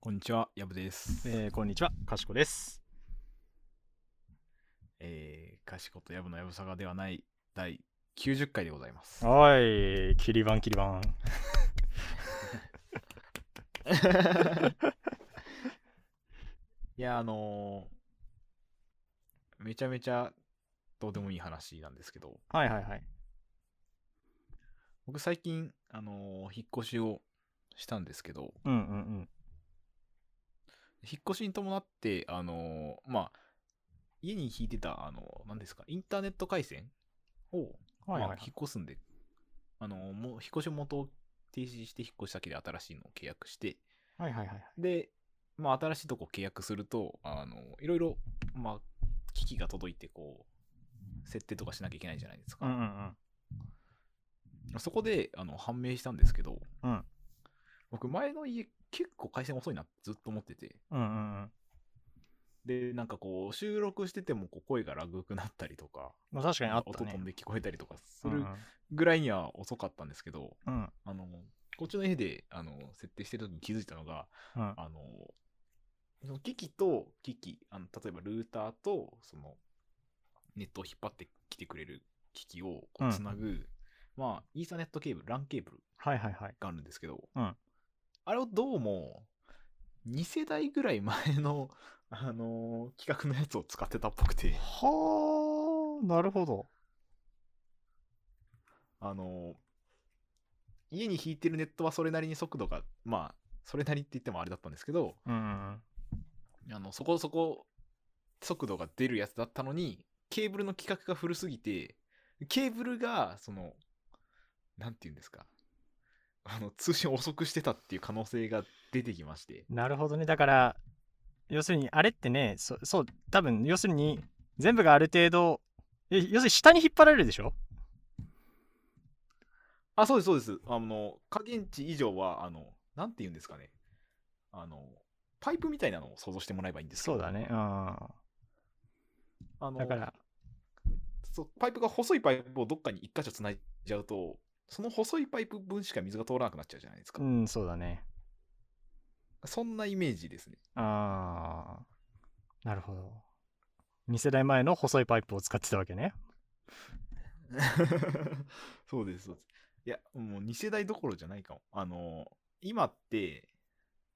こんにちは、やぶです。えーこんにちは、かしこです。えー、かしことやぶのやぶさがではない第90回でございます。はい、キリバンキリ バン。いや、あのーめちゃめちゃどうでもいい話なんですけど、はいはいはい。僕最近、あのー引っ越しをしたんですけど、うんうん引っ越しに伴って、あのーまあ、家に引いてた、あのー何ですか、インターネット回線を、うん。はいまはあい引っ。越すんで、あのーもう引っ越し元を停止して引っ越し先で新しいのを契約して、はいはいはい。で、まあ、新しいとこ契約すると、あの、いろいろ、まあ、機器が届いて、こう、設定とかしなきゃいけないじゃないですうか。んうんそこで、あの、判明したんですけど、うん僕、前の家、結構回線遅いなってずっと思ってて、うん。うんうんうん。で、なんかこう、収録しててもこう声がラグくなったりとか、まあ確かにあった音飛んでね。聞こえたりとかすうんうるんぐらいには遅かったんですけど、うんあの、こっちの家で、あの、設定してる時に気づいたのが、うん。あの、その機器と機器、あの例えばルーターと、その、ネットを引っ張ってきてくれる機器をこうんうつなぐ、まあ、イーサネットケーブル、LAN ケーブルはいはいはい。があるんですけど、うんあれをどうも、2世代ぐらい前の、 あのー企画のやつを使ってたっぽくて、はあ、なるほど。あのー家に引いてるネットはそれなりに速度が、まあ、それなりって言ってもあれだったんですけど、うんうんあの、そこそこ速度が出るやつだったのに、ケーブルの規格が古すぎて、ケーブルが、その、なんて言うんですか。あの、通信を遅くしてたっていう可能性が出てきまして。うん。なるほどね。だから、要するにあれってね、そそう、多分要するに全部がある程度、え要するに下に引っ張られるでしょあ、そうです、そうです。あの、加減値以上は、あの、なんて言うんですかね。あの、パイプみたいなのを想像してもらえばいいんですけそど。うだね。うん。あのだから、そうパイプが細いパイプをどっかに一箇所つないじゃうと、その細いパイプ分しか水が通らなくなっちゃうじゃないですか。うん、そうだね。そんなイメージですね。ああ、なるほど。2世代前の細いパイプを使ってたわけね。 そうです、そうです。いや、もう2世代どころじゃないかも。あの、今って、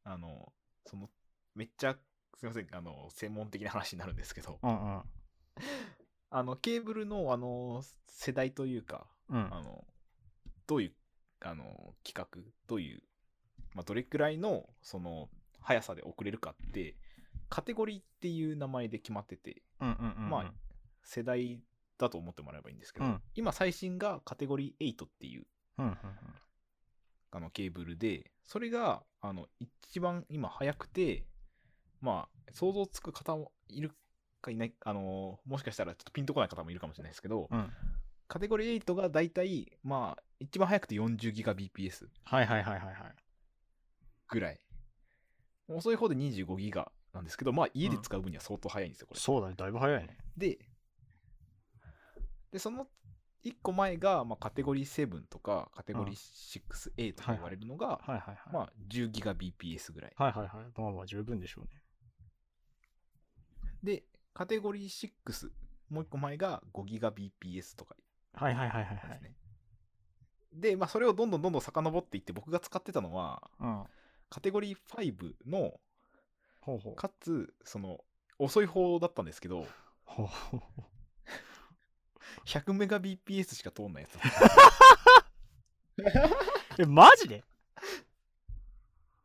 あの、その、めっちゃ、すいません、あの、専門的な話になるんですけど、うんうん。あの、ケーブルの、あの、世代というか、うんあの、どういう、あの、規格、どういう、まあ、どれくらいの、その、速さで送れるかって、カテゴリーっていう名前で決まってて、うんうんうんうん。まあ世代だと思ってもらえばいいんですけど、うん今最新がカテゴリー8っていううんうんあのケーブルでそれがあの一番今早くてまあ想像つく方もいるかいないあのもしかしたらちょっとピンとこない方もいるかもしれないですけど、うん。うん。カテゴリー8がだいたいまあ一番早くて 40Gbps はいはいはいはいはい。ぐらい遅い方で 25GB なんですけどまあ家で使う分には相当早いんですよこれ、そうだね、だいぶ早いね。で、で、その1個前が、まあ、カテゴリー7とか、カテゴリうんー 6A とか言われるのが、はいはいはい。まあ、10GBps ぐらい。はいはいはい。まあまあ十分でしょうね。で、カテゴリー6、もう1個前が 5GBps とかはいはいはいはいなんではいす。ね。で、まあ、それをどんどんどんどん遡っていって、僕が使ってたのは、うん。カテゴリー5の、ほうほう。かつ、その、遅い方だったんですけ ど、ほうほうほう 100Mbps しか通んないやつだった。え、マジで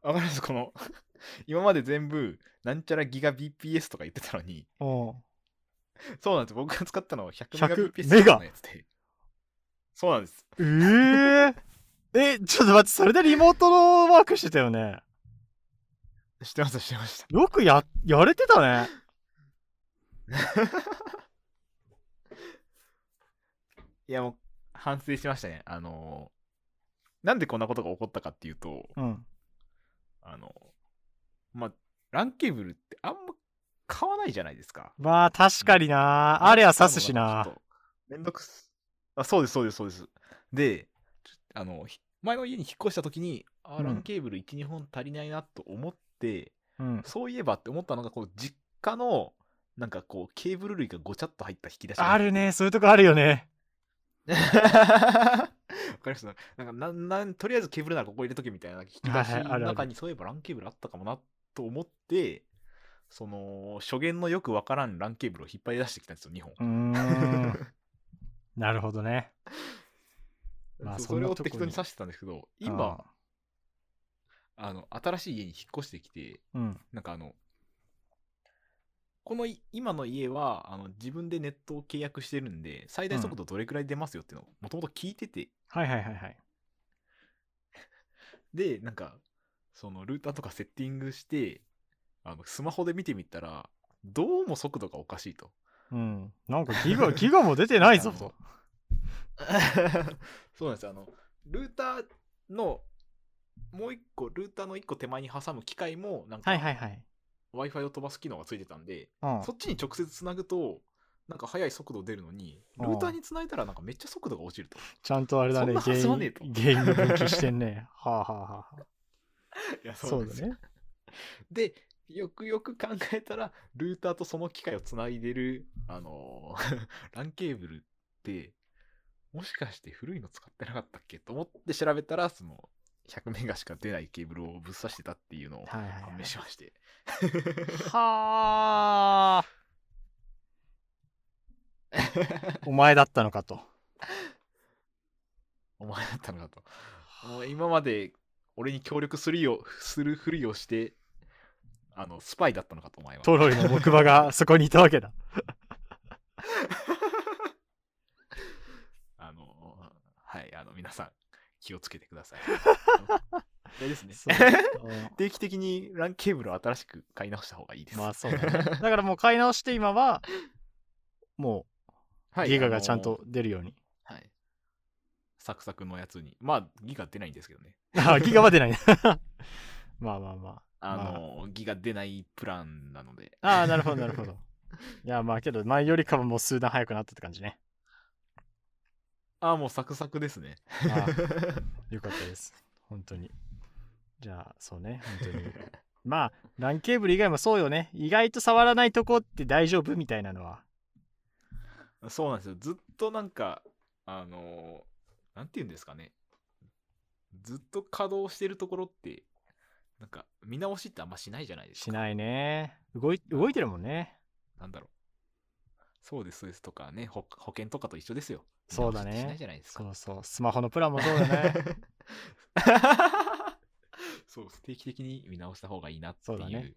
わかりますこの、 今まで全部、なんちゃらギガ BPS とか言ってたのに、うん。そうなんです。僕が使ったのは100 100 BPS とかのやつで。そうなんです。えー、え、ちょっと待って、それでリモートのワークしてたよね。知ってます、知ってました。よくや、やれてたね。いや、もう、反省しましたね。あのーなんでこんなことが起こったかっていうと、うん。あのまあ、ランケーブルってあんま買わないじゃないですか。まあ確かにな。あれは刺すしなちょ。っと。めんどくす。あ、そうです、そうです、そうです。で、ちょあの、ひ前の家に引っ越した時に、あうー、んランケーブル1、2本足りないなと思って、うん。そういえばって思ったのが、こう、実家の、なんかこう、ケーブル類がごちゃっと入った引き出しが あるね。そういうとこあるよね。わかりました。なんかなんなん、とりあえずケーブルならここ入れとけみたいな引き出しはいはいあるあのる中にそういえばランケーブルあったかもなと思って、その、初見のよくわからんランケーブルを引っ張り出してきたんですよ、2本。うーん。 なるほどね。まあそうそそんれなをとこに適当に刺してたんですけど、今、あの、新しい家に引っ越してきて、うん。うん。なんかあの、このい今の家はあの自分でネットを契約してるんで、最大速度どれくらい出ますよっていうのをもともと聞いてて、はいはいはいはい。で、なんか、そのルーターとかセッティングして、あのスマホで見てみたら、どうも速度がおかしいと。うん。なんかギガ、ギガも出てな いぞと。そうなんですよあの、ルーターの、もう一個、ルーターの一個手前に挟む機械も、なんか、はいはいはい。 Wi-Fi を飛ばす機能がついてたんで、うん。そっちに直接つなぐと、なんか速い速度出るのに、ルーターにつないだらなんかめっちゃ速度が落ちると。ちゃんとあれだね、そんなは原ず因はねえと原因の分岐してんね。はあはあはあはあ。いやそうなんでだすよね。でよくよく考えたらルーターとその機械をつないでるあのー LAN ケーブルってもしかして古いの使ってなかったっけと思って調べたらその100メガしか出ないケーブルをぶっ刺してたっていうのをはいはいはい判明しまして、はあ。お前だったのかと。お前だったのかともう今まで俺に協力するよするふりをしてあのスパイだったのかとお前はトロイの木馬がそこにいたわけだ。あのはいあの皆さん気をつけてくださいあれですね定期的に LAN ケーブルを新しく買い直した方がいいです。まあそうだね。だからもう買い直して今は、もはういギガがちゃん。あのと出るように。 はい。サクサクのやつに。まあ、ギガ出ないんですけどね。ああ、ギガは出ない。 まあまあまあの、ギガ出ないプランなので。あ。ああ、なるほどなるほど。 いやまあけど前よりかはもう数段早くなったって感じね。ああ、もうサクサクですね。ああよかったです。本当に。じゃあそうね、本当に。まあ、ランケーブル以外もそうよね。意外と触らないとこって大丈夫みたいなのは。そうなんですよ。ずっとなんか、あの、なんて言うんですかね。ずっと稼働してるところって、なんか、見直しってあんましないじゃないですか。しないね。動い動いてるもんね。なんだろう。そうです、そうですとかね、保保険とかと一緒ですよ。そうだ見直しってしないねじ。ゃないですかそ。うそう。スマホのプランもそう だ ね。そうです定期的に見直した方がいいなっていそううだね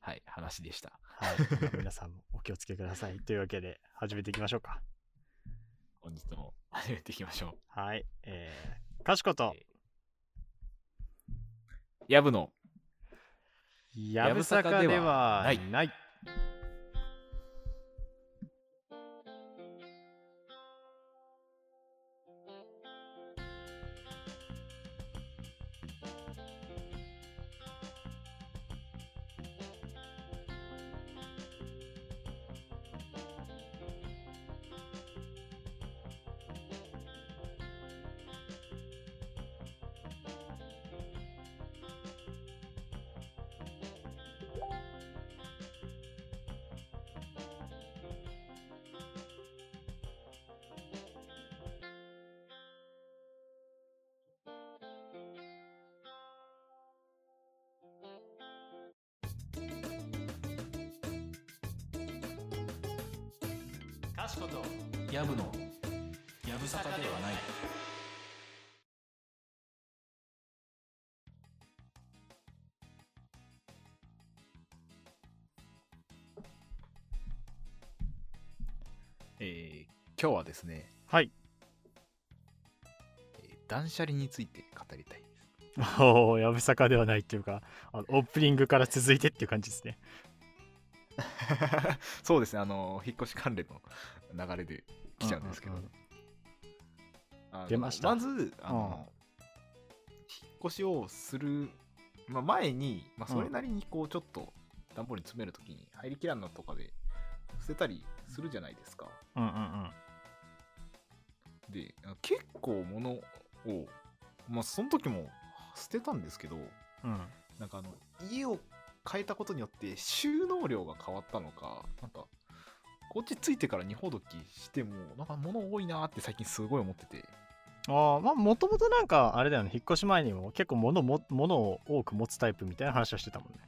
はい、話でした。はい。まあ皆さんもお気をつけください。というわけで、始めていきましょうか。本日も始めていきましょはい。えー、かしこと、う。やぶのやぶさかではやぶさかではないない。かしこと、やぶのやぶさかではない。えー今日はですね、はい。えー断捨離について語りたい。おーやぶさかではないっていうか、あのオープニングから続いてっていう感じですね。 そうですね、あの、引っ越し関連の流れで来ちゃうんですけど。ううあの出ましたまず、あの、引っ越しをする、まあ、前に、まあ、うんそれなりにこう、ちょっと、段ボールに詰めるときに、入りきらんのとかで、捨てたりするじゃないですか。うんうんうん。で、結構物を、まあ、その時も捨てたんですけど、うん、なんかあの、家を変えたことによって収納量が変わったのか、なんか、こっちついてから2ほどきしても、なんか物多いなーって最近すごい思ってて。ああまあもともとなんかあれだよね引っ越し前にも結構物も物を多く持つタイプみたいな話はしてたもんね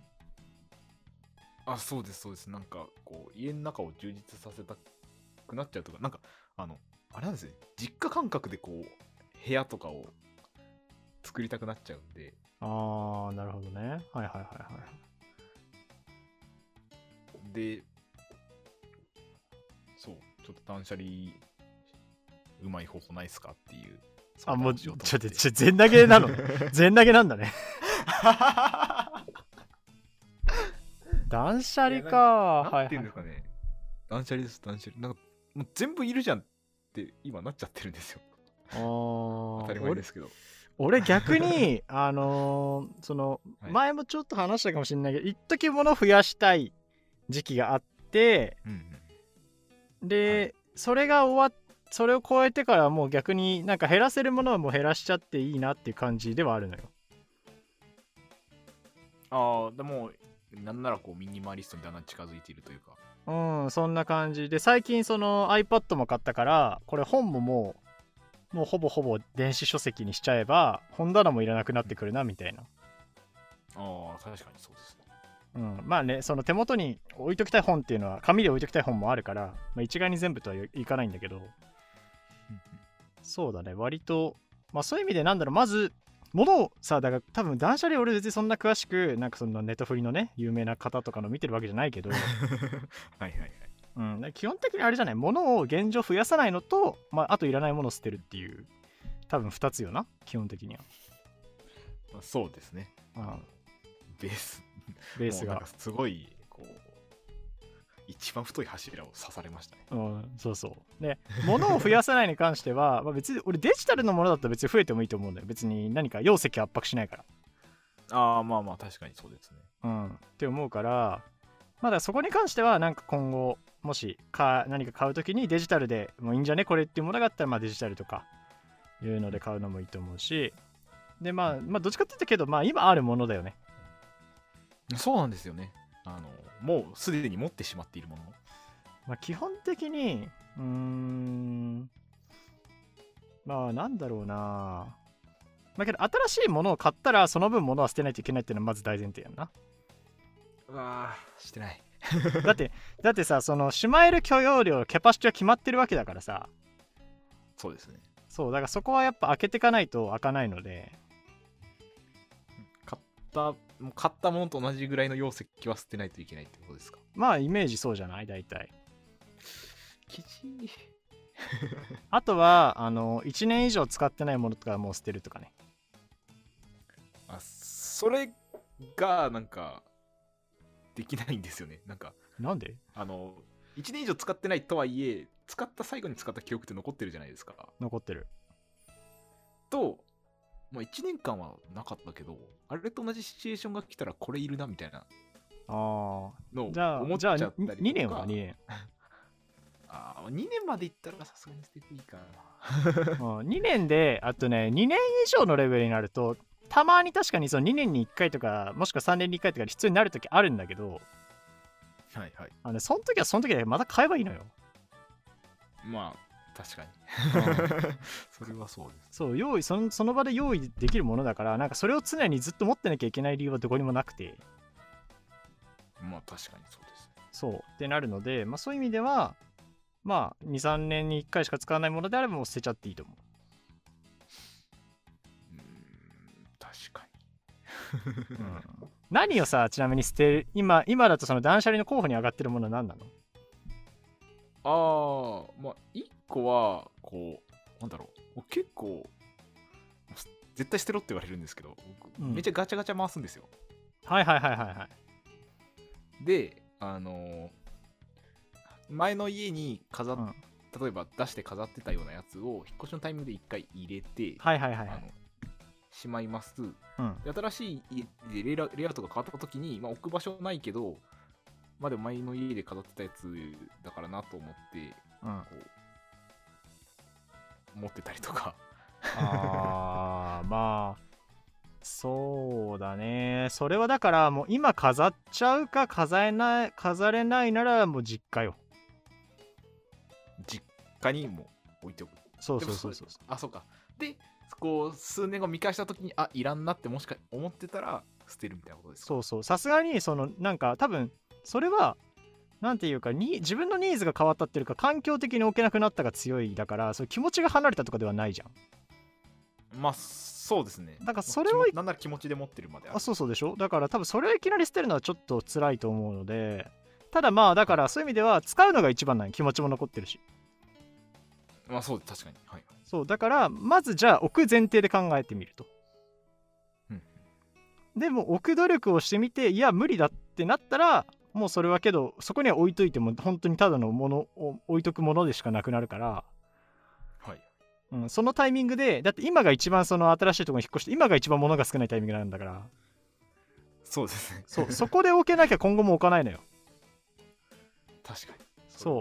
あ、そうです、そうです。なんか、こう、家の中を充実させたくなっちゃうとか、なんか、あの、あれなんですね、実家感覚でこう、部屋とかを作りたくなっちゃうんで、ああなるほどねはいはいはいはいで、そう、ちょっと断捨離、うまい方法ないっすかっていう。あもうちょ相っ談しようと思てちょ全投げなの全投げなんだね断捨離かなはんていいうんはでいすかね、断捨離です断捨離なんかもう全部いるじゃんって今なっちゃってるんですよあ当ーたり前ですけど俺逆に あのーその、はい前もちょっと話したかもしれないけど一時物増やしたい時期があってうんうんで、それが終わっそれを超えてからはもう逆になんか減らせるものはもう減らしちゃっていいなっていう感じではあるのよああでもなんならこうミニマリストにだんだん近づいているというかうんそんな感じで最近その iPad も買ったからこれ本ももうもうほぼほぼ電子書籍にしちゃえば本棚もいらなくなってくるなみたいな、ああ確かにそうですねうん、まあねその手元に置いときたい本っていうのは紙で置いときたい本もあるから、まあ、一概に全部とはいかないんだけどそうだね割とまあそういう意味でなんだろうまず物をさだから多分断捨離俺別にそんな詳しくなんかそのネットフリのね有名な方とかの見てるわけじゃないけど、はいはいはいうん、だから基本的にあれじゃない物を現状増やさないのと、まあ、あといらないものを捨てるっていう多分2つよな基本的には、まあそうですねうん、ベースベーもスうがなんかすごいこう一番太い柱を刺されましたねうん、そうそう。で、物を増やさないに関しては、ま あ、別に俺デジタルのものだったら別に増えてもいいと思うんだよ。別に何か容積圧迫しないから。ああまあまあ確かにそうですねうん、って思うから、まだそこに関しては、なんか今後、もしか何か買うときにデジタルでもういいんじゃねこれっていうものがあったら、まあデジタルとかいうので買うのもいいと思うし、で、まあ、まあ、どっちかって言ったけど、まあ今あるものだよね。そうなんですよねあのもうすでに持ってしまっているものまあ、基本的にうーんまあなんだろうなまあけど新しいものを買ったらその分物は捨てないといけないっていうのはまず大前提 やんなうわーしてないだってだってさそのしまえる許容量キャパシティは決まってるわけだからさそうですねそうだからそこはやっぱ開けていかないと開かないので買ったもう買ったものと同じぐらいの容積は捨てないといけないってことですかまあイメージそうじゃない大体きちあとはあの1年以上使ってないものとかはもう捨てるとかねあそれがなんかできないんですよねなんかなんであの1年以上使ってないとはいえ使った最後に使った記憶って残ってるじゃないですか残ってると、まあ、1年間はなかったけどあれと同じシチュエーションが来たらこれいるなみたいなああのじゃを思あっちじゃゃあったりとか2年は2年あ2年までいったらさすがに捨てていいかなうん2年であとね2年以上のレベルになるとたまに確かにその2年に1回とかもしくは3年に1回とかで必要になる時あるんだけどはいはいあのねその時はその時でまた買えばいいのよまあ確 かにそれはそうですそう用意そのその場で用意できるものだからなんかそれを常にずっと持ってなきゃいけない理由はどこにもなくてまあ確かにそうですね。そうってなるので、まあ、そういう意味ではまあ23年に1回しか使わないものであればもう捨てちゃっていいと思ううーん、確かに。何をさちなみに捨てる今今だとその断捨離の候補に上がってるものは何なのああ、まあ一個は、こう、なんだろう、僕結構、す絶対捨てろって言われるんですけど、僕うんめっちゃガチャガチャ回すんですよ。はいはいはいはいはいで、あのー前の家に飾っ、うん例えば出して飾ってたようなやつを、引っ越しのタイミングで一回入れて、はいはいはいはあいのしまいます。うんで新しい家でレイラレイアウトが変わった時に、まあ、置く場所ないけど、まあ、でも前の家で飾ってたやつだからなと思ってうんこう持ってたりとかあーまあそうだねそれはだからもう今飾っちゃうか飾れない飾れないならもう実家よ 実家にも置いておく。そうでそもうそうそそうれあ、そうか。で、こう、数年後見返したときに、あ、いらんなってもしか思ってたら、捨てるみたいなことですか。そうそうさすがにそのなんか多分それはなんていうかに自分のニーズが変わったっていうか環境的に置けなくなったが強いだからそういう気持ちが離れたとかではないじゃんまあ、そうですね。だからそれをまあ気持なんなら気持ちで持ってるまであるあそうそうでしょだから多分それをいきなり捨てるのはちょっと辛いと思うのでただまあだからそういう意味では使うのが一番ない気持ちも残ってるしまあ、そうです、確かに。はい。そうだからまずじゃあ置く前提で考えてみるとうんでも置く努力をしてみていや無理だってなったらもうそれはけどそこには置いといても本当にただのものを置いとくものでしかなくなるから、はい。うん、そのタイミングでだって今が一番その新しいところに引っ越して今が一番物が少ないタイミングなんだからそうですね。そうそこで置けなきゃ今後も置かないのよ 確かに。そう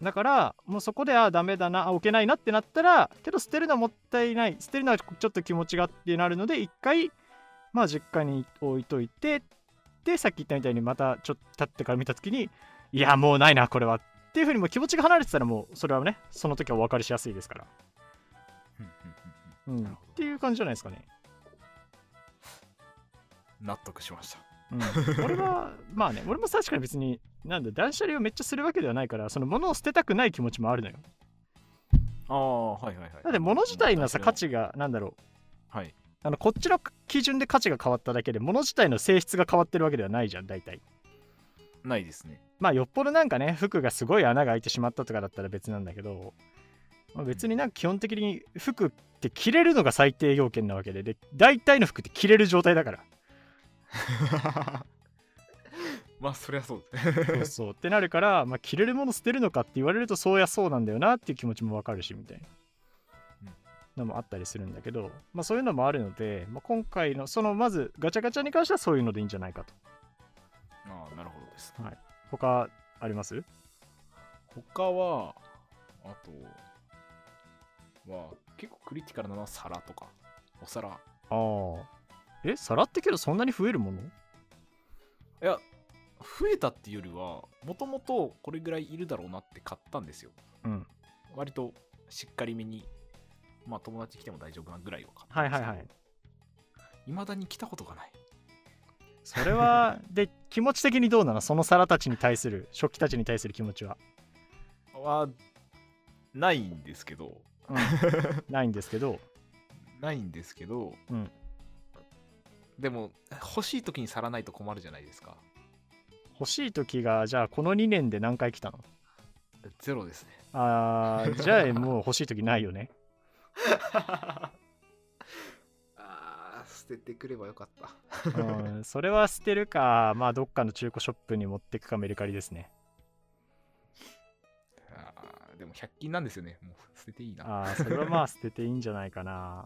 う。だからもうそこであダメだなあ置けないなってなったらけど捨てるのはもったいない捨てるのはちょっと気持ちがってなるので一回まあ実家に置いといてでさっき言ったみたいにまたちょっと経ってから見た時にいやもうないなこれはっていうふうにもう気持ちが離れてたらもうそれはねその時はお別れしやすいですから、うんうんうんう、なんるっほどていう感じじゃないですかね、うん納得しました。 うん、俺はまあね俺も確かに別になんだ断捨離をめっちゃするわけではないからその物を捨てたくない気持ちもあるのよああ、はいはいはい。だって物自体のさまあ価。値がなんだろうはい。あのこっちの基準で価値が変わっただけで物自体の性質が変わってるわけではないじゃん大体ないですね。まあよっぽどなんかね服がすごい穴が開いてしまったとかだったら別なんだけど、まあ、別になんか基本的に服って着れるのが最低要件なわけでで大体の服って着れる状態 だから まあ、そりゃそうです。そうそうってなるから、まあ、着れるもの捨てるのかって言われるとそうやそうなんだよなっていう気持ちもわかるしみたいなうんのもあったりするんだけど、まあ、そういうのもあるので、まあ、今回のそのまずガチャガチャに関してはそういうのでいいんじゃないかとああ、なるほどです。他あります他は、あとは、結構クリティカルなのは皿とか、お皿。ああ。え、皿ってけどそんなに増えるもいのや、増えたっていうよりは、もともとこれぐらいいるだろうなって買ったんですよ。うん。割としっかりめに、まあ友達来ても大丈夫なぐらいは買ったはいんですはいけど。はい。未だに来たことがない。それは、で、気持ち的にどうなのその皿たちに対する、食器たちに対する気持ち は。は、ないんですけど、ないんですけど。ないんですけど、うんでも、欲しい時に皿ないと困るじゃないですか。欲しい時が、じゃあこの2年で何回来たのゼロですね。あー、じゃあもう欲しい時ないよね。 ああ捨ててくればよかったうん。 それは捨てるか、まあどっかの中古ショップに持ってくかメルカリですね。でも100均なんですよねもう捨てていいなあーそれはまあ捨てていいんじゃないかな。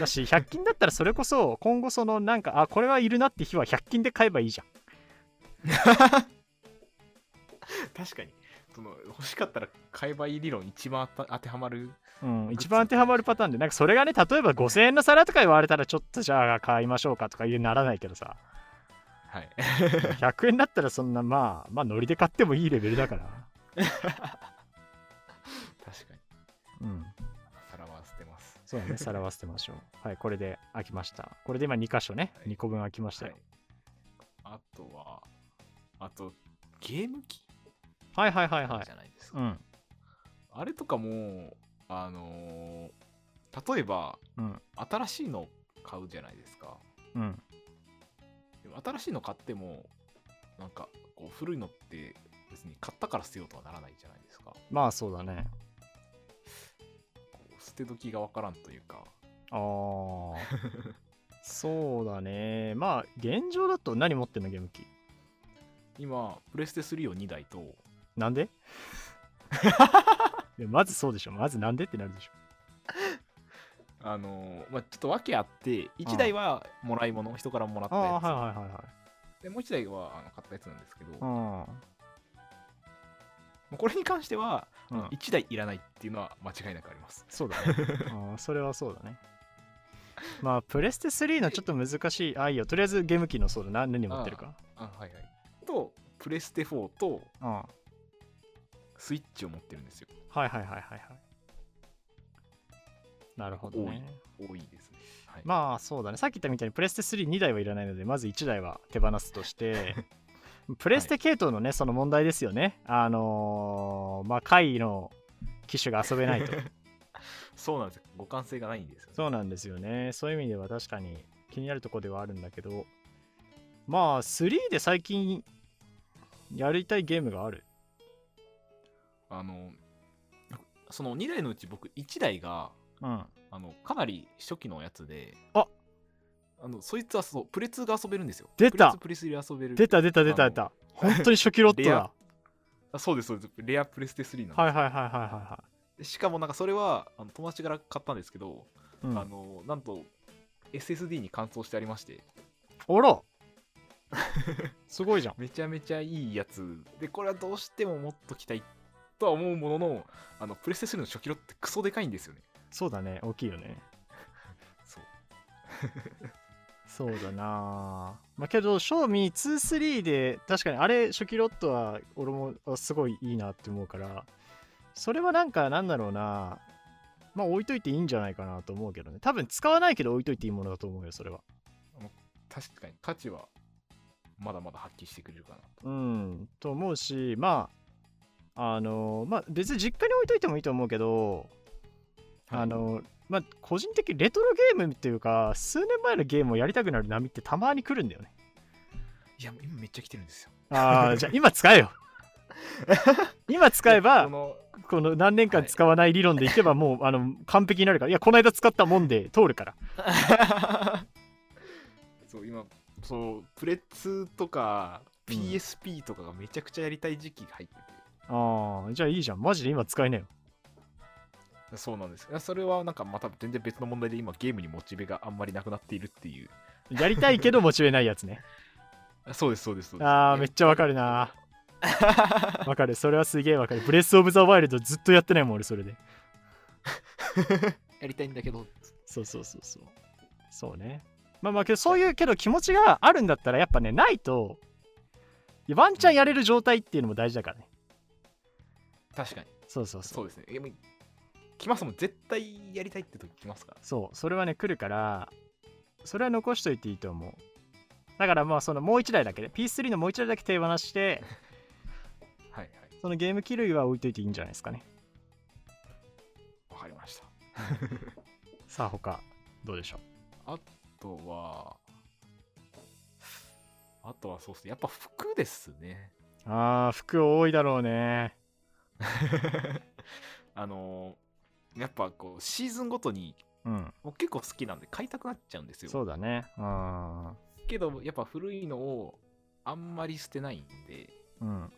だし、100均だったらそれこそ、今後そのなんか、あ、これはいるなって日は100均で買えばいいじゃん。確かにその欲しかったら買えばいい理論一番当た当てはまるうん、グッズ一番当てはまるパターンで、なんかそれがね、例えば5000円の皿とか言われたら、ちょっとじゃあ買いましょうかとか言うならないけどさ、はい 100円だったらそんな、まあ、まあ、ノリで買ってもいいレベルだから。確かにうん、皿は捨てますそ うだね、皿は捨てましょう。はい、これで開きました。これで今2箇所ね、はい2個分開きましたよ。はい、あとはあとゲーム機はい、はい、はいはいじゃないですか、うん、あれとかもあのー例えばうん、新しいの買うじゃないですかうん。でも新しいの買ってもなんかこう古いのって別に買ったから捨てようとはならないじゃないですかまあ、そうだね。こう捨て時がわからんというかあ ー。そうだね。まあ、現状だと何持ってんの、ゲーム機。今プレステ3を2台とな んでいやまずそうでしょ。まずなんでってなるでしょ。あのーまあ、ちょっと訳あって1台はもらい物人からもらったああ、やつ、はいはいはいはい。でもう1台はあの買ったやつなんですけど、うまんあこれに関してはうん、 1台いらないっていうのは間違いなくありますそうだねあーそれはそうだねまあプレステ3のちょっと難しいあいいよとりあえずゲーム機のそうだな何持ってるかあはいはいとプレステ4とうんはいスイッチを持ってるんですよはいはいはいはいなるほど多ねい多いですね、はい、まあそうだねさっき言ったみたいにプレステ32台はいらないのでまず1台は手放すとして プレステ系統のねその問題ですよねあのーまあ会の機種が遊べないとそうなんですよ互換性がないんですよ、ね、そうなんですよねそういう意味では確かに気になるとこではあるんだけどまあ3で最近やりたいゲームがあるあのその2台のうち僕1台がうんあのかなり初期のやつでああのそいつはそうプレ2が遊べるんですよ出たプレ2プレ3で遊べる出た出た出た出た本当に初期ロットレだアあそうですそうですレアプレステ3なんです、はいはいはいはいはでしかもなんかそれはあの友達から買ったんですけど、いはあい、うん、のなんと SSD に乾燥してありましておら すごいじゃんめちゃめちゃいいやつでこれはどうしても持っときたいとは思うもののあのプレステ3の初期ロってクソでかいんですよねそうだね大きいよねそうそうだなあまあけど賞味23で確かにあれ初期ロットは俺もあすごいいいなって思うからそれはなんかなんだろうなまあ置いといていいんじゃないかなと思うけどね多分使わないけど置いといていいものだと思うよそれは確かに価値はまだまだ発揮してくれるかなとうんと思うしまああのまあ別に実家に置いといてもいいと思うけど、はいあのまあ個人的にレトロゲームっていうか数年前のゲームをやりたくなる波ってたまに来るんだよねいやもう今めっちゃ来てるんですよああじゃあ今 使えよ今使えいやばこ のこの何年間はい使わない理論でいけばもう、あの完璧になるからいやこの間使ったもんで通るからそう今そうプレ2とかうん PSP とかがめちゃくちゃやりたい時期が入ってて、ああじゃあいいじゃんマジで今使えねえよそうなんですいやそれはなんかまた全然別の問題で今ゲームにモチベがあんまりなくなっているっていうやりたいけどモチベないや つねあそうですそうですそうですああめっちゃわか るなわかるそれはすげえわかるブレス・オブ・ザ・ワイルドずっとやってないもん俺それでやりたいんだけどそうそうそうそうそうねまあまあけどそういうけど気持ちがあるんだったらやっぱねないといやワンチャンやれる状態っていうのも大事だからね確かにそうそうそそううですねえもう来ますもん絶対やりたいって時来ますからそうそれはね来るからそれは残しといていいと思うだからまあそのもう1台だけで PS3 のもう1台だけ手放 してはいはいそのゲーム機類は置いといていいんじゃないですかねわかりましたさあ他どうでしょあとはあとはそうですねやっぱ服ですねうあー服多いだろうね あのーやっぱこうシーズンごとにうん僕結構好きなんで買いたくなっちゃうんですよそうだねあけどやっぱ古いのをあんまり捨てないんでーうん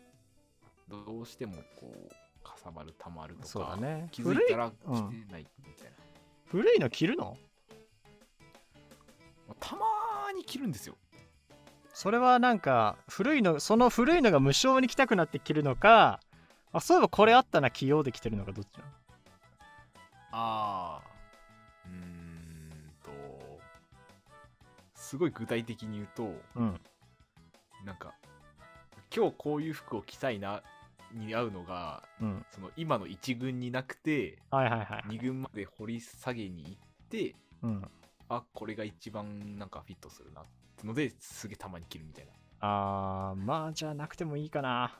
どうしてもこうかさばるたまるとかそうだね気づいたら古いうん着てないみたいな、古いの着るのまあたまーに着るんですよそれはなんか古いのその古いのが無償に着たくなって着るのかあそういえばこれあったな着ようで着てるのかどっちなのああうーんとすごい具体的に言うとうんなんか今日こういう服を着たいなに合うのがうんその今の1軍になくてはいはいはい2軍まで掘り下げに行ってうんあこれが一番なんかフィットするなってのですげえたまに着るみたいなあーまあじゃあなくてもいいかな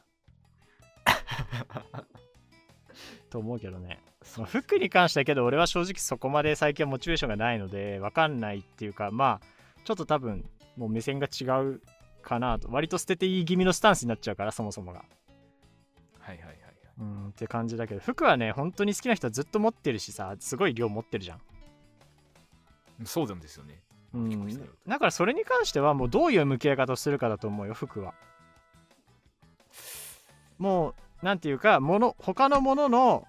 と思うけどね、まあ服に関してはけど俺は正直そこまで最近はモチベーションがないのでわかんないっていうかまあちょっと多分もう目線が違うかなと割と捨てていい気味のスタンスになっちゃうからそもそもがはいはいはいはいうんって感じだけど服はね本当に好きな人はずっと持ってるしさすごい量持ってるじゃん、そうなんですよねう結構必要んだよ、だからそれに関してはもうどういう向き合い方をするかだと思うよ服はもうなんていうかもの他のものの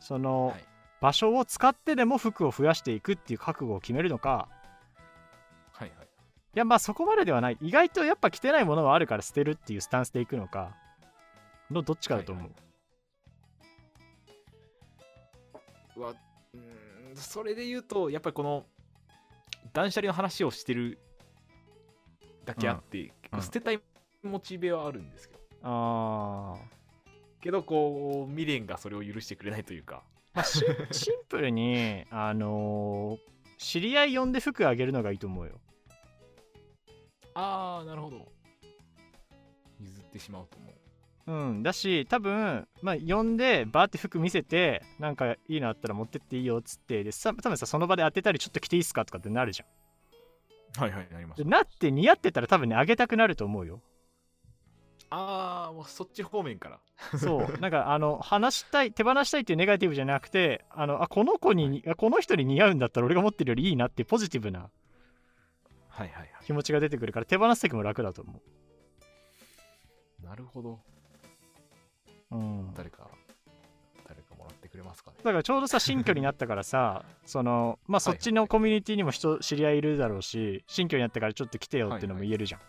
そのはい場所を使ってでも服を増やしていくっていう覚悟を決めるのかはいはいいやまあそこまでではない意外とやっぱ着てないものはあるから捨てるっていうスタンスでいくのかのどっちかだと思う、はいはいうわうーんそれで言うとやっぱりこの断捨離の話をしてるだけあって、結うん構捨てたいモチベはあるんですけど、ああけどこう未練がそれを許してくれないというかまあ、シンシンプルに、あのー知り合い呼んで服あげるのがいいと思うよ。ああなるほど譲ってしまうと思ううん、だし多分、まあ、呼んでバーって服見せてなんかいいのあったら持ってっていいよっつってでさ多分さその場で当てたりちょっと着ていいっすかとかってなるじゃはいはいなりまん。でなって似合ってたら多分ねあげたくなると思うよ。ああもうそっち方面からそうなんかあの話したい手放したいっていうネガティブじゃなくてあのあこの子にあこの人に似合うんだったら俺が持ってるよりいいなっていうポジティブなはいはいは気持ちが出てくるから手放す時も楽だと思いなるほどう。うん、誰か誰かもらってくれますかねだからちょうどさ新居になったからさそのまあそっちのコミュニティにも人知り合いいるだろうし新居になったからちょっと来てよってのも言えるじゃん、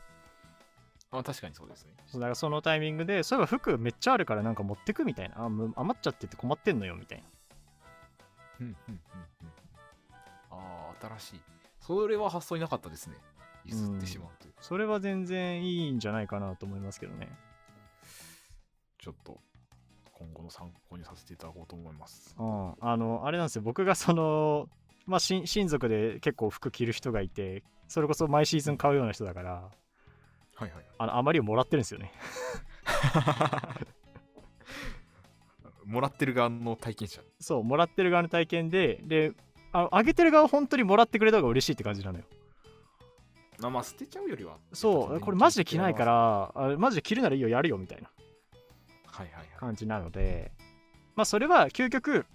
あ確かにそうですねそうだからそのタイミングでそういえば服めっちゃあるからなんか持ってくみたいなあむ余っちゃってて困ってんのよみたいなうんうんうんうんああ新しいそれは発想になかったですね譲ってしまうというそれは全然いいんじゃないかなと思いますけどねちょっと今後の参考にさせていただこうと思いますうんあのあれなんですよ僕がそのまあ親親族で結構服着る人がいてそれこそ毎シーズン買うような人だからはいはいあの余りをもらってるんですよね もらってる側の体験者そうもらってる側の体験でであのあげてる側は本当にもらってくれた方が嬉しいって感じなのよあまあ捨てちゃうよりはそうこれマジで着ないかららあマジで着るならいいよやるよみたいなはいはいはい感じなのでまあそれは究極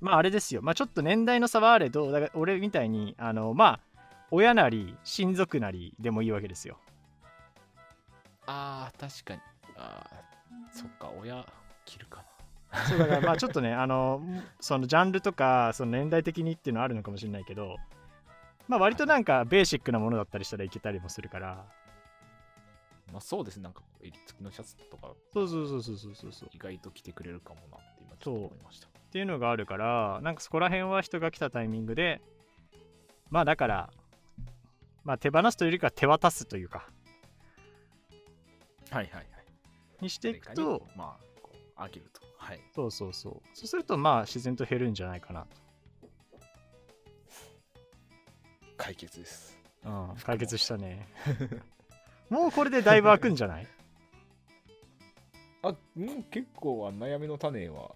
まああれですよまあちょっと年代の差はあれどだから俺みたいにあのまあ親なり親族なりでもいいわけですよああ確かにあーそっか親着るかなそう だからまあちょっとねあのそのジャンルとかその年代的にっていうのはあるのかもしれないけどまあ割となんかベーシックなものだったりしたらいけたりもするからまあそうですねなんか襟付きのシャツとかそうそうそうそうそうそうそう意外と着てくれるかもなって今ちょっと思いましたっていうのがあるからなんかそこら辺は人が来たタイミングでまあだから、まあ、手放すというよりかは手渡すというかはいはいはいにしてい誰くかにとまあこうあげるとはいそうそうそうそうするとまあ自然と減るんじゃないかな解決ですと、うん、 解決したねもうこれでだいぶ開くんじゃ ないあうん結構は悩みの種は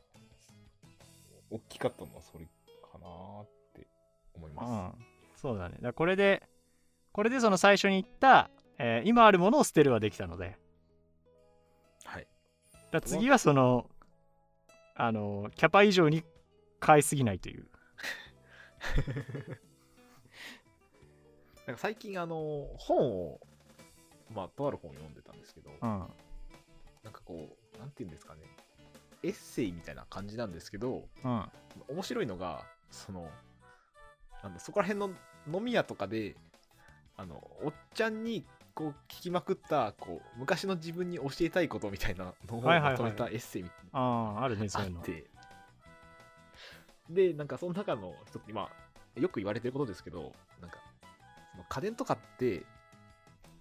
大きかったのはそれかなーって思いうま、んそうだねだからこれでこれでその最初に言った、えー今あるものを捨てるはできたのですはいだから次はそのあのキャパ以上に買いすぎないというなんか最近あの本をまあとある本を読んでたんですけど、うんなんかこうなんて言うんですかねエッセイみたいな感じなんですけどうん面白いのがそのなんだそこら辺の飲み屋とかであのおっちゃんにこう聞きまくったこう昔の自分に教えたいことみたいなのをはいはいはまいとめたエッセイみたいなあああるねそういうのがあのって、でなんかその中の一つ今よく言われてることですけどなんかその家電とかって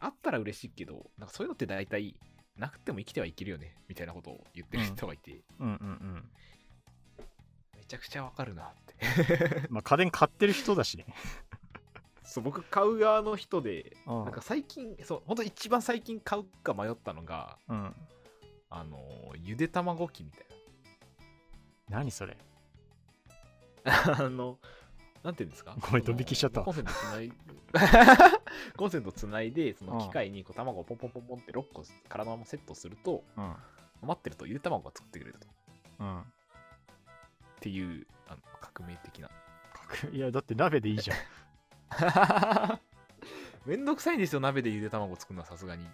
あったら嬉しいけどなんかそういうのって大体なくても生きてはいけるよねみたいなことを言ってる人がいて、うんうんうんめちゃくちゃわかるなってまあ家電買ってる人だしね そう僕買う側の人で うんなんか最近そう本当一番最近買うか迷ったのがうんあのーゆで卵機みたい何それなあのなんていうん ですかごめんそのドン引きしちゃったわコンセントつない コンセントつないでその機械にこう卵をポンポンポンポンって6個体もセットするとうん待ってるとゆで卵が作ってくれるとっうんていうあの革命的な いやだって鍋でいいじゃんめんどくさいんですよ鍋でゆで卵作るのはさすがに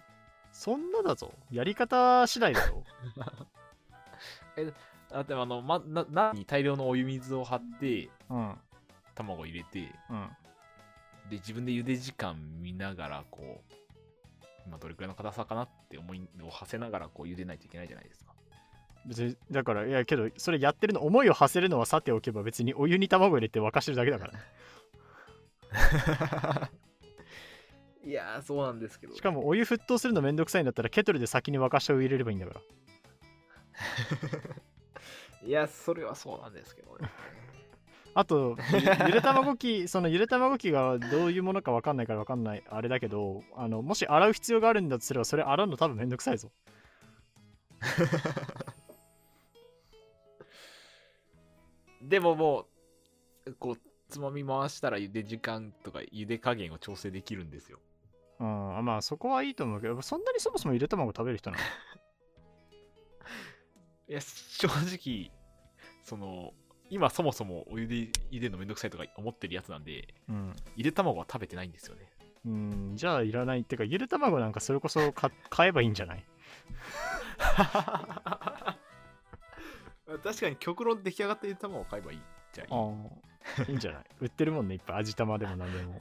そんなだぞやり方次第だろあでもあの、ま、な鍋に大量のお湯水を張って うん卵を入れてうんで自分で茹で時間見ながらこう今どれくらいの硬さかなって思いを馳せながらこう茹でないといけないじゃないですか別にだからいやけどそ れやってるの思いを馳せるのはさておけば別にお湯に卵入れて沸かしてるだけだから いやー、そうなんですけど。しかもお湯沸騰するのめんどくさいんだったらケトルで先に沸かしを入れればいいんだからいや、それはそうなんですけどね。あと ゆゆで卵機そのゆで卵機がどういうものかわかんないからわかんないあれだけどあのもし洗う必要があるんだとすればそれ洗うの多分めんどくさいぞでももう、こう、つまみ回したら茹で時間とか茹で加減を調整できるんですよ。うんまあそこはいいと思うけどそんなにそもそもゆで卵食べる人なのいや、正直、その、今そもそもお湯で茹でるのめんどくさいとか思ってるやつなんで、うんゆで卵は食べてないんですよ ね。うんじゃあいらないってかゆで卵なんかそれこそ買買えばいいんじゃない確かに極論出来上がったゆで卵を買えばいいじゃん。ああ いいんじゃない売ってるもんねいっぱい味玉でも何でも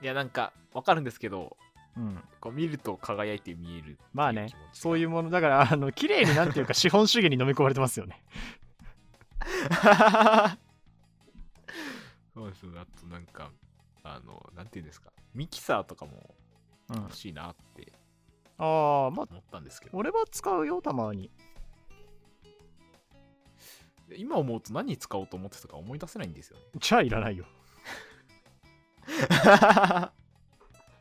いや、なんか、わかるんですけど、 うんこう見ると輝いて見える。まあねそういうう気持ちが。ものだからあの綺麗になんていうか資本主義に飲み込まれてますよね そうですあとなんか、あの、なんていうんですか、ミキサーとかもうん欲しいなってああま思あったんですけど、俺は使うよたまに今思うと何に使おうと思ってたか思い出せないんですよ ね。じゃあいらないよ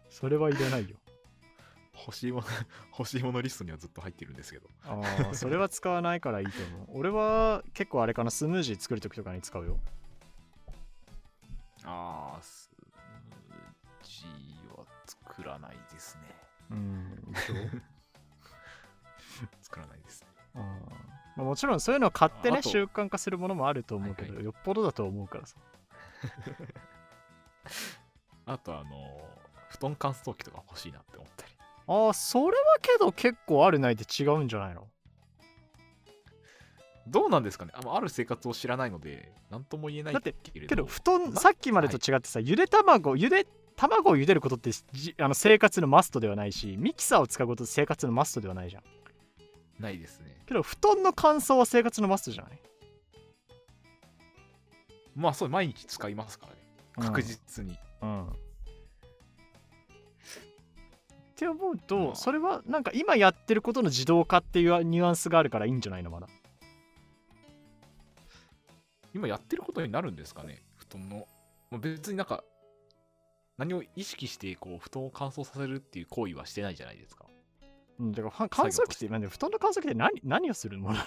それはいらないよ欲しいもの、 欲しいものリストにはずっと入ってるんですけど。ああそれは使わないからいいと思う俺は結構あれかなスムージー作る時とかに使うよあー、スムージーは作らないですね。うんでしょ作らないですね。あーまあもちろんそういうのを買ってああねと習慣化するものもあると思うけど、はいはよっぽどだと思うからさあと、あの布団乾燥機とか欲しいなって思ったり。ああそれはけど結構あるないで違うんじゃないのどうなんですかねあのある生活を知らないので、なんとも言えないだってけれど。けど布団なさっきまでと違ってさ、ゆで卵ゆで卵を茹でることってじあの生活のマストではないしミキサーを使うことって生活のマストではないじゃんないですね。けど布団の乾燥は生活のマストじゃないまあ、そう、毎日使いますからね。確、実に。うんうんって思うと、まあそれはなんか今やってることの自動化っていうニュアンスがあるからいいんじゃないのまだ今やってることになるんですかね布団の。まあ、別になんか、何を意識して、こう、布団を乾燥させるっていう行為はしてないじゃないですか。うん、だからは乾燥機ってなんで布団の乾燥機って何何をするもの、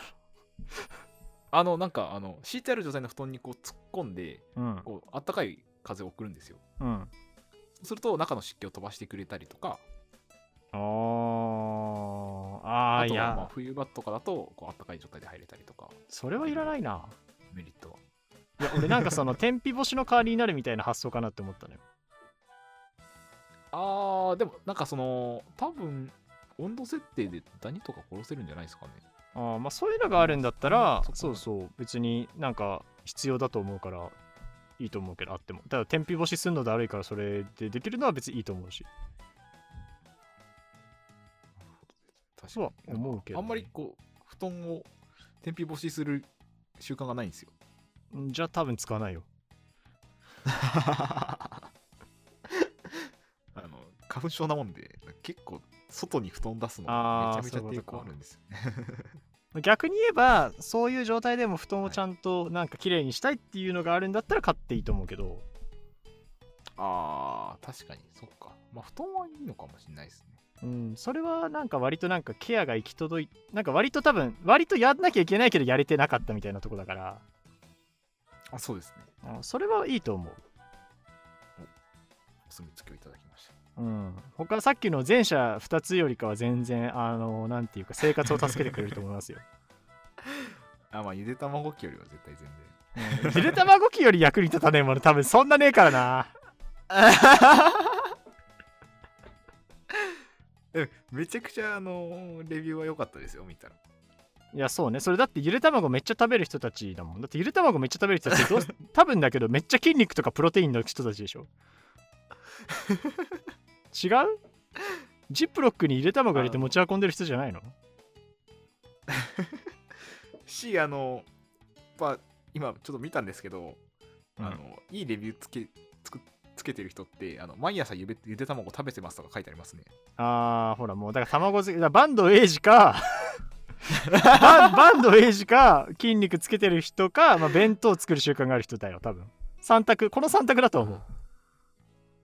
あの、なんか、あの、敷いてある状態の布団にこう突っ込んで、うんこう、あったかい風を送るんですよ。うん、そうすると、中の湿気を飛ばしてくれたりとか、あーああーいとはまあや冬場とかだと、こう、あったかい状態で入れたりとか、それはいらないなメリットは。いや俺なんかそ の天日干しの代わりになるみたいな発想かなって思ったのよあー、でも、なんかその、多分温度設定でダニとか殺せるんじゃないですかね。あーまあそういうのがあるんだったら、うんそそううそう別になんか必要だと思うからいいと思うけどあってもただ天日干しするのだるいからそれでできるのは別にいいと思うし確そうは思うけどねあんまりこう、布団を天日干しする習慣がないん ですよ。んじゃあ多分使わないよあの、花粉症なもんで、結構、外に布団出すのあーめちゃめちゃ抵そういうこ抗とかあるんですよね。逆に言えばそういう状態でも布団をちゃんとなんか綺麗にしたいっていうのがあるんだったら買っていいと思うけどああ、確かに、そっか。まあ、布団はいいのかもしれないですね。うん、それはなんか割となんかケアが行き届いなんか割と多分割とやんなきゃいけないけどやれてなかったみたいなとこだからあ、そうですね。うんそれはいいと思お墨付きをいただきました。う、うん、他さっきの前者2つよりかは全然あのなんていうか生活を助けてくれると思いますよ、あ、まあ、ゆで卵機よりは絶対全然。うん、ゆで卵機より役に立たねえもの多分そんなねえからなえ、めちゃくちゃ、あのレビューは良かったですよ、見たら。いやそうねそれだってゆで卵めっちゃ食べる人たちだもんだってゆで卵めっちゃ食べる人たちどうす多分だけどめっちゃ筋肉とかプロテインの人たちでしょ違うジップロックにゆで卵入れて持ち運んでる人じゃないのしあのやっぱ今ちょっと見たんですけど、うんあのいいレビューつけつくつけてる人ってあの毎朝ゆでゆで卵食べてますとか書いてありますねあーほらもうだから卵好きだからバンドエイジか バンバンドエイジか筋肉つけてる人か、まあ、弁当作る習慣がある人だよ多分三択この三択だと思う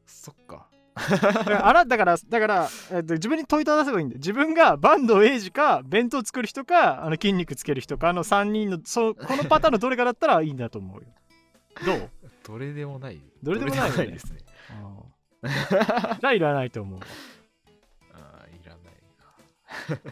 そっかだからあらだからだから、えっと、自分に問いただせばいいんで自分がバンドエイジか弁当作る人かあの筋肉つける人かの3人のそこのパターンのどれかだったらいいんだと思うよどうどれでもないどれでもないよねどれですねあーじゃあいらないと思うあーいらない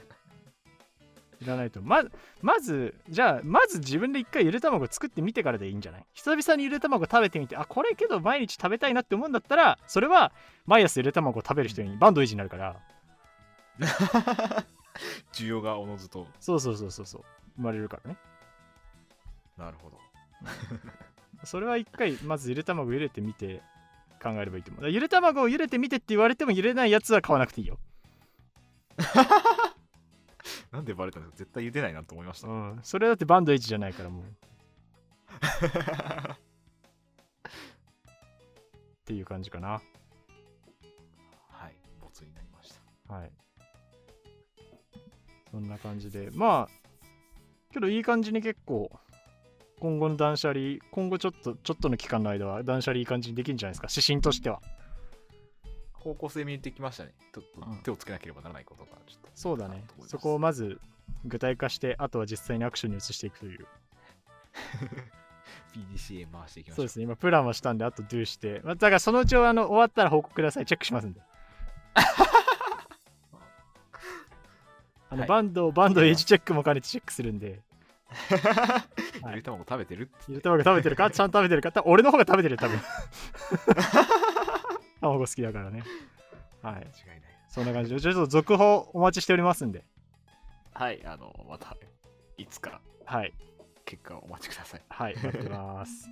いらないとままずじゃあまず自分で一回ゆで卵作ってみてからでいいんじゃない久々にゆで卵食べてみてあこれけど毎日食べたいなって思うんだったらそれは毎朝ゆで卵を食べる人にバンドエイジになるからな需要がおのずとそうそうそうそうそう生まれるからねなるほどそれは一回まずゆで卵茹でてみて考えればいいと思うだからゆで卵を茹でてみてって言われても茹でないやつは買わなくていいよ、なんでバレたんですか絶対茹でないなと思いましたうん、それだってバンドエイジじゃないからもうっていう感じかなはいボツになりましたはい。そんな感じで、まあ、けどいい感じに結構、今後の断捨離、今後ちょっと、ちょっとの期間の間は断捨離いい感じにできるんじゃないですか、指針としては。方向性見えてきましたねちょっとうん手をつけなければならないことがちょっとそうだねと思い。ますそこをまず具体化して、あとは実際にアクションに移していくという。 PDCA 回していきましそょううですね、今プランはしたんで、あと do して。まあだからそのうちはあの終わったら報告ください。チェックしますんで。 あのはいバンド、バンドエイジチェックも兼ねてチェックするんで、はゆいで卵食べてるゆで卵食べてるかちゃんと食べてるか多分俺の方が食べてるよ多分卵好きだからねはい違いないそんな感じでちょっと続報お待ちしておりますんではいあのまたいつかはい結果をお待ちくださいはい待ってます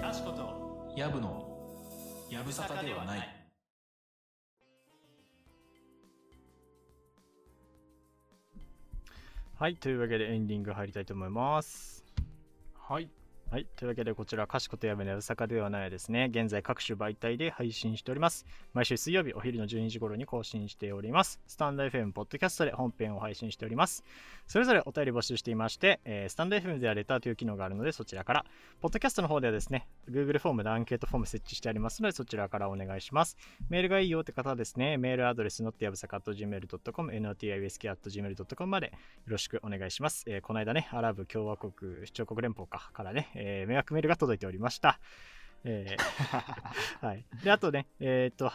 かしことやぶのやぶさかではないはいというわけでエンディング入りたいと思いますはい はい。というわけで、こちら、かしことやめのやぶさかではないですね。現在、各種媒体で配信しております。毎週水曜日、お昼の12時頃に更新しております。スタンド FM、ポッドキャストで本編を配信しております。それぞれお便り募集していまして、えースタンド FM ではレターという機能があるので、そちらから。ポッドキャストの方ではですね、Google フォームでアンケートフォーム設置してありますので、そちらからお願いします。メールがいいよって方はですね、メールアドレス、not やぶさか .gmail.com、notiwsk.gmail.com までよろしくお願いします。えーこの間ね、アラブ共和国、首長国連邦かからね、えー迷惑メールが届いておりました。えーはい。で、あとね、えーっと、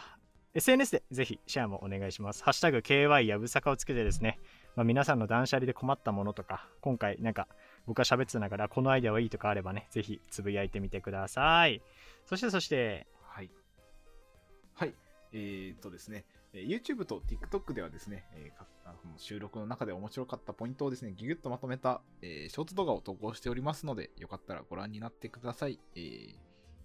SNS でぜひシェアもお願いします。ハッシュタグ KY やぶさかをつけてですね、まあ、皆さんの断捨離で困ったものとか、今回なんか僕が喋ってた中からこのアイデアはいいとかあればね、ぜひつぶやいてみてください。そしてそして、はい。はい。えーっとですね、えー YouTube と TikTok ではですね、えーかあの収録の中で面白かったポイントをですね、ギュギュッとまとめた、えーショート動画を投稿しておりますので、よかったらご覧になってください。えー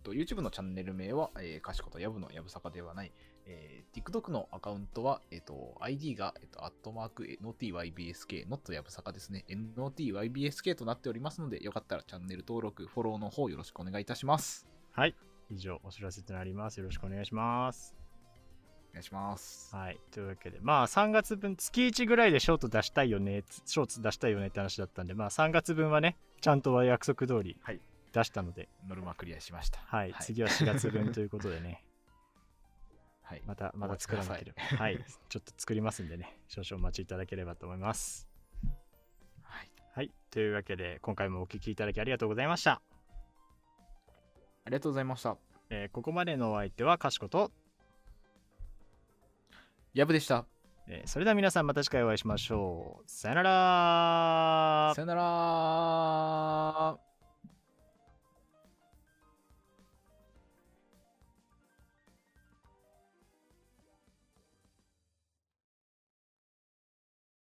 と YouTube のチャンネル名は、えー、かしことやぶのやぶさかではない。えー TikTok のアカウントは、えーと ID が、えーとアットマーク NOTYBSK、not やぶさかですね、NOTYBSK となっておりますので、よかったらチャンネル登録、フォローの方よろしくお願いいたします。はい。以上、お知らせとなります。よろしくお願いします。お願いします。はい。というわけで、まあ3月分、月1ぐらいでショート出したいよね、ショーツ出したいよねって話だったんで、まあ3月分はね、ちゃんとは約束通りはい出したので、ノルマクリアしました。はい。次は4月分ということで ね、はい。また、また作らなければ。はい。ちょっと作りますんでね、少々お待ちいただければと思います。はいはい。というわけで、今回もお聞きいただきありがとうございました。ありがとうございました。えーここまでのお相手は、かしこと、やぶでした。えーそれでは皆さんまた次回お会いしましょう。さよならさよなら